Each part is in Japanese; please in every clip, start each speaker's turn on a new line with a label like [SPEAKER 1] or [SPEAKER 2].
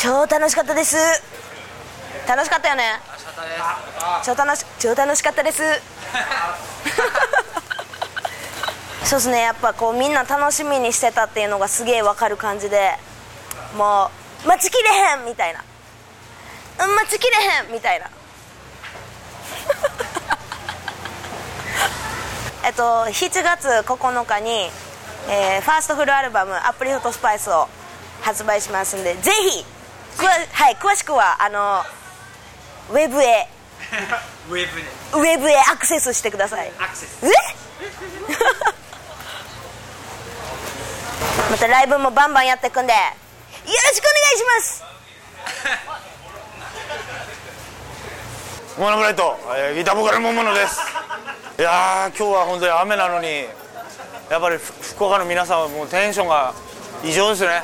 [SPEAKER 1] 超楽しかったです楽しかったよね超楽し超楽しかったです そうですねやっぱこうみんな楽しみにしてたっていうのがすげえわかる感じでもう待ちきれへんみたいなうん待ちきれへんみたいなえっと7月9日に、えーファーストフルアルバム「アップリフトスパイス」を発売しますんでぜひくわはい、詳しくはあのウェブへ
[SPEAKER 2] ウェブで
[SPEAKER 1] ウェブへアクセスしてください
[SPEAKER 2] アクセス
[SPEAKER 1] え またライブもバンバンやっていくんでよろしくお願いします
[SPEAKER 3] モノクライト、えー、ギターボーカルモモノですいやー今日は本当に雨なのにやっぱりふ福岡の皆さんはもうテンションが異常ですね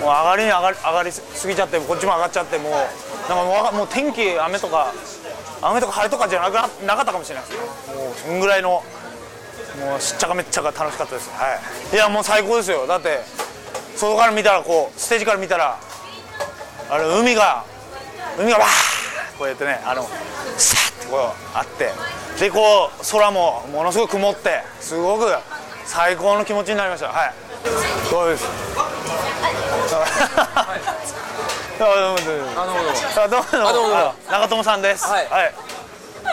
[SPEAKER 3] もう上がりに上がり上がりすぎちゃってこっちも上がっちゃってもうなんかもうわかもう天気雨とか雨とか晴れとかじゃなくななかったかもしれないですもうそんぐらいのもうしっちゃかめっちゃか楽しかったですはいいやもう最高ですよだって外から見たらこうステージから見たらあれ海が海がわーこうやってねあのさーってこうあってでこう空もものすごく曇ってすごく最高の気持ちになりましたはいそうです あどうもどうも
[SPEAKER 2] あの
[SPEAKER 3] あどうもどうも
[SPEAKER 2] あどうもどうも
[SPEAKER 3] あ長友さんです
[SPEAKER 2] はい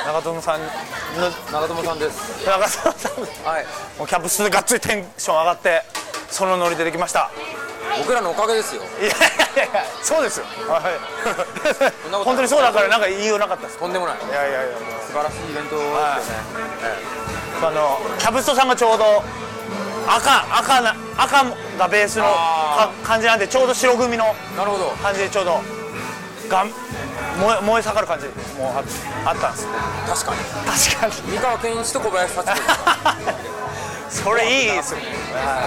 [SPEAKER 3] 長友さんの
[SPEAKER 2] 長友さんです
[SPEAKER 3] 長友さん
[SPEAKER 2] はい
[SPEAKER 3] もうキャンプ室でがっつりテンション上がってそのノリでできました
[SPEAKER 2] 僕らのおかげですよ
[SPEAKER 3] いやいやいやそうですよ
[SPEAKER 2] そんな
[SPEAKER 3] は
[SPEAKER 2] こ
[SPEAKER 3] い
[SPEAKER 2] と
[SPEAKER 3] 本当にそうだからなんか言いようなかったです
[SPEAKER 2] とんでもない
[SPEAKER 3] いやいやいやもう
[SPEAKER 2] 素晴らしいイベントですよね
[SPEAKER 3] あのキャブストさんがちょうど赤赤な赤がベースの
[SPEAKER 2] あ
[SPEAKER 3] か感じなんでちょうど白組の
[SPEAKER 2] なるほど
[SPEAKER 3] 感じでちょうどがん燃え燃え盛る感じもうああったんです
[SPEAKER 2] 確か
[SPEAKER 3] 確かに
[SPEAKER 2] に三河健一と小林幸子
[SPEAKER 3] それいいですよ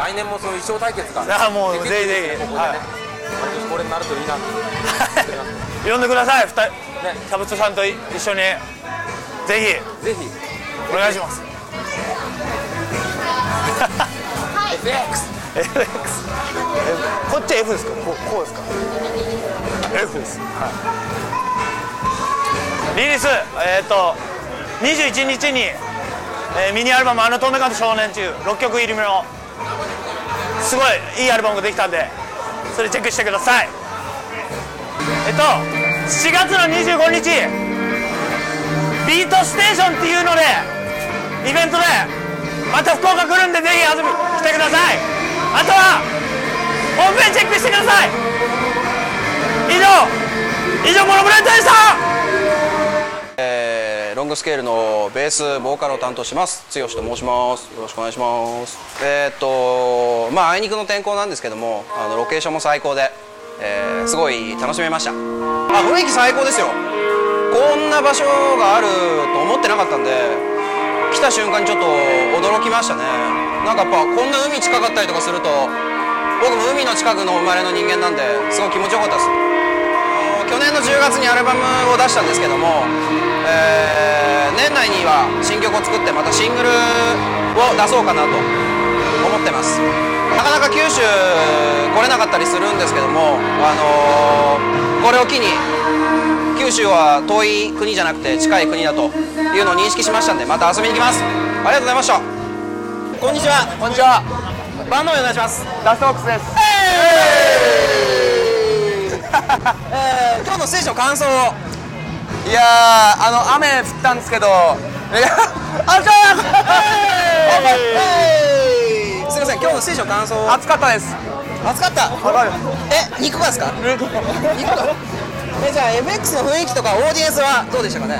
[SPEAKER 2] 来年もその衣装対決が
[SPEAKER 3] あーもう
[SPEAKER 2] できるんですね
[SPEAKER 3] ぜひぜ
[SPEAKER 2] こ
[SPEAKER 3] ひ
[SPEAKER 2] こで
[SPEAKER 3] は
[SPEAKER 2] ね
[SPEAKER 3] い
[SPEAKER 2] 毎年これになるといいなって
[SPEAKER 3] 呼んでください二人
[SPEAKER 2] ね
[SPEAKER 3] キャブストさんとい一緒にぜ
[SPEAKER 2] ぜひ
[SPEAKER 3] ひお願いします
[SPEAKER 2] FX
[SPEAKER 3] F X えこっちは F ですかこうこうですか F ですはいリリースえっ、と21日に、えーミニアルバム「あの透明感と少年中」6曲入り目のすごいいいアルバムができたんでそれチェックしてくださいえっと7月の25日ビートステーションっていうのでイベントでまた福岡来るんでぜひ遊びに来てくださいあとはホームページチェックしてください以上以上モノブレントでした
[SPEAKER 4] えーロングスケールのベースボーカルを担当します剛と申しますよろしくお願いしますえーっとまああいにくの天候なんですけどもあのロケーションも最高で、えーすごい楽しめましたあ雰囲気最高ですよこんな場所があると思ってなかったんで来た瞬間にちょっと驚きましたねなんかやっぱこんな海近かったりとかすると僕も海の近くの生まれの人間なんですごい気持ちよかったです去年の10月にアルバムを出したんですけども、えー年内には新曲を作ってまたシングルを出そうかなと思ってますなかなか九州来れなかったりするんですけども、あのーこれを機に九州は遠い国じゃなくて近い国だというのを認識しましたんでまた遊びに行きますありがとうございましたこんにちはこんにちはバンド名お願いします
[SPEAKER 5] ダストオックスです
[SPEAKER 4] えー今日のステージの感想を
[SPEAKER 5] いやーあの雨降ったんですけどいや暑か
[SPEAKER 4] すいません今日のステージの感想を
[SPEAKER 5] 暑かったです
[SPEAKER 4] 暑かった
[SPEAKER 5] わかる
[SPEAKER 4] え肉がですか肉がえじゃあ FX の雰囲気とかオーディエンスはどうでしたかね
[SPEAKER 5] い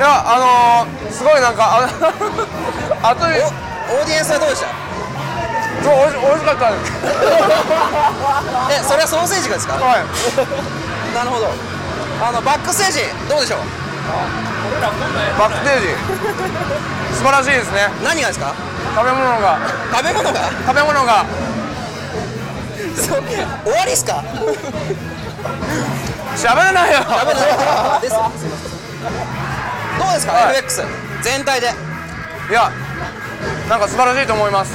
[SPEAKER 5] やあのー、すごいなん かああとで
[SPEAKER 4] おオーディエンスはどうでした
[SPEAKER 5] そうおいしおいしかったです
[SPEAKER 4] えそれはソーセージがですか
[SPEAKER 5] はい
[SPEAKER 4] なるほどあのバックステージどうでしょう
[SPEAKER 5] バックステージ素晴らしいですね
[SPEAKER 4] 何がですか
[SPEAKER 5] 食べ物が
[SPEAKER 4] 食べ物が
[SPEAKER 5] 食べ物が
[SPEAKER 4] そう終わりですか
[SPEAKER 5] 喋れないよ
[SPEAKER 4] 食べないですすいませんどうですか、
[SPEAKER 5] はい
[SPEAKER 4] FX 全体で
[SPEAKER 5] いやなんか素晴らしいと思います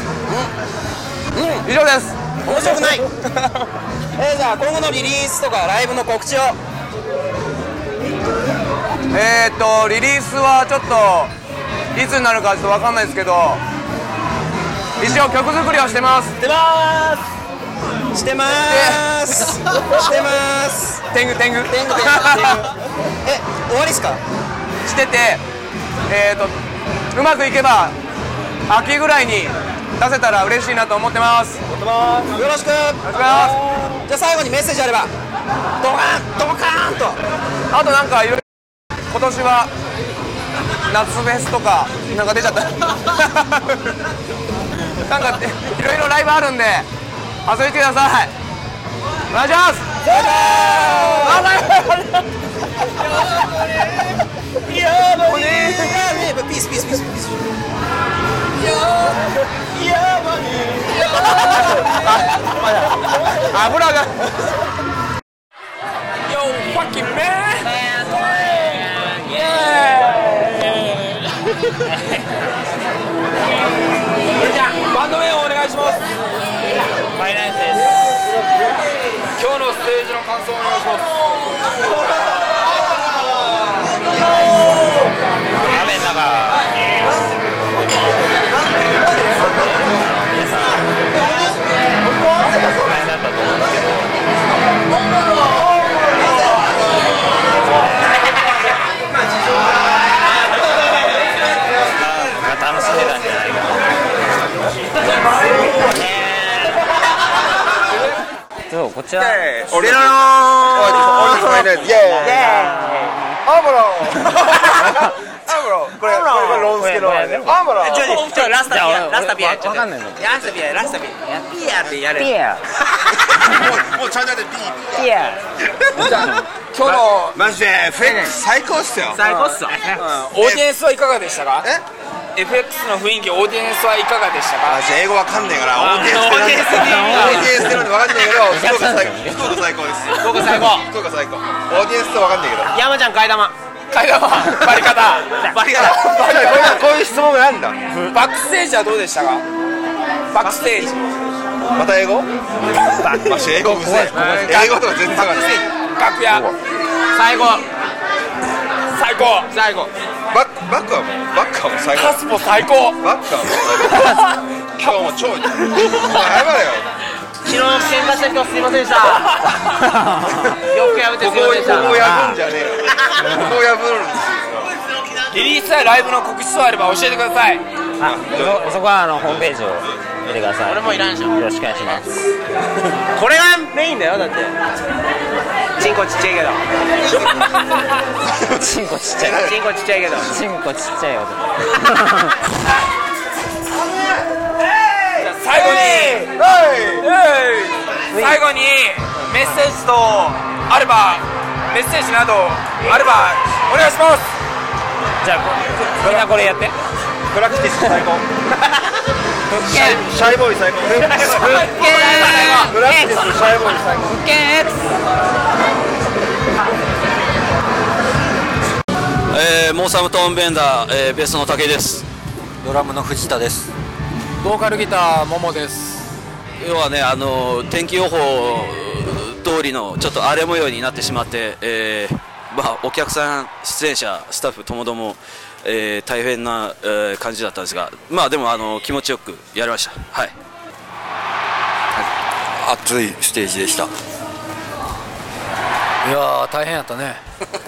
[SPEAKER 5] 以上です面白くない えーじゃあ今後のリリースとかライブの告知を
[SPEAKER 4] えー、っとリリースはちょっといつになるかちょっとわかんないですけど一応曲作りはしてます
[SPEAKER 5] してますしてまーすしてまーす
[SPEAKER 4] 天狗天狗
[SPEAKER 5] 天狗天狗え終わりっすか
[SPEAKER 4] しててえー、っとうまくいけば秋ぐらいに出せたら嬉しいなと思ってますお
[SPEAKER 5] よろしく
[SPEAKER 4] 願いします
[SPEAKER 5] じゃあ最後にメッセージあればドカーンドカーンと
[SPEAKER 4] あとなんかいろいろ今年は夏フェスとかなんか出ちゃった なんかいろいろライブあるんで遊びに来てくださいお願いしますお願いします
[SPEAKER 5] ピースピースピースピース
[SPEAKER 4] 油が
[SPEAKER 3] Yo, fucking man! Yeah! じゃあバンド名をお願いしますファイナンスです今日のステージの感想をお願いします
[SPEAKER 6] 雨の中皆さん大変だったと思うんですけどまあ楽しんでたんじゃないかなそうこちら
[SPEAKER 4] 俺らのイエーイアムロアムロこれこれがロンスケのアムロ
[SPEAKER 6] ちょラスタビアラスタビアわかんないのラスタビアラスタビアピアでやれピア
[SPEAKER 4] 今日の
[SPEAKER 7] マジで FX 最高っすよ
[SPEAKER 6] 最高っすわ
[SPEAKER 3] オーディエンスはいかがでしたか FX の雰囲気オーディエンスはいかがでしたか
[SPEAKER 7] マジで英語わかんねえから
[SPEAKER 6] あ
[SPEAKER 7] OTS ってなんだ OTS ってなんでわかんねえけど福岡 最高福
[SPEAKER 6] 福岡
[SPEAKER 7] 岡最高です
[SPEAKER 6] 最高
[SPEAKER 7] 福岡最高 OTS ってわかんねえけど
[SPEAKER 6] 山ちゃん替え玉
[SPEAKER 3] 階段はバリ方
[SPEAKER 6] バリ方
[SPEAKER 7] こういう質問があるんだ
[SPEAKER 3] バックステージはどうでしたかバックステージ
[SPEAKER 7] また英語マジで英語うるせえ英語とか全然わかんない
[SPEAKER 3] 楽屋
[SPEAKER 6] 最高
[SPEAKER 3] 最高
[SPEAKER 6] 最高
[SPEAKER 7] バックバックはもうバックはもう最
[SPEAKER 3] カ
[SPEAKER 7] 高
[SPEAKER 3] スポ最高
[SPEAKER 7] バックはもう最高今日はもう超お前謝れよ
[SPEAKER 6] 昨日喧嘩した人すいませんで したよくやめて
[SPEAKER 7] こ
[SPEAKER 6] すいませんでし
[SPEAKER 7] こここ
[SPEAKER 6] た
[SPEAKER 7] 破るんじゃねえよここ破るんですよ
[SPEAKER 3] リリースやライブの告知等あれば教えてください
[SPEAKER 8] あそそこはあのホームページを見てください
[SPEAKER 6] 俺もいらんじゃん
[SPEAKER 8] よろしくお願いし ます
[SPEAKER 6] これがメインだよだってチンコちっちゃいけど
[SPEAKER 8] チンコちっちゃい
[SPEAKER 6] チンコちっちゃいけど
[SPEAKER 8] チンコちっちゃいよ
[SPEAKER 3] 最後にえい最後にメッセージとあればメッセージなどあればお願いします
[SPEAKER 8] じゃあみんなこれやって
[SPEAKER 7] ブラックティス最高シャイシャイボーイ最高ブラックティスシャイボーイ最高
[SPEAKER 9] えーモーサムトーンベンダー、えーベースの武井ですドラムの藤田です
[SPEAKER 3] ボーカルギターももです
[SPEAKER 9] 要はねあのー天気予報通りのちょっと荒れ模様になってしまって、えーまあ、お客さん出演者スタッフともども、えー大変な、えー感じだったんですがまあでもあの気持ちよくやりましたはい熱いステージでした
[SPEAKER 10] いやー大変やったね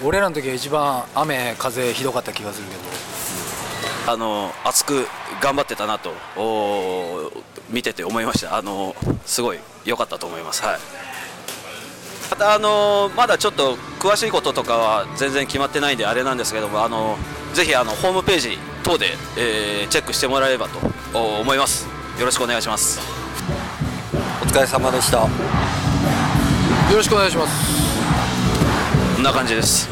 [SPEAKER 10] 俺らの時は一番雨風ひどかった気がするけど
[SPEAKER 9] あの熱く頑張ってたなとおー見てて思いましたあのすごい良かったと思いますはいまたあのまだちょっと詳しいこととかは全然決まってないんであれなんですけどもあのぜひあのホームページ等で、えーチェックしてもらえればとお思いますよろしくお願いします
[SPEAKER 6] お疲れ様でした
[SPEAKER 10] よろしくお願いします
[SPEAKER 9] こんな感じです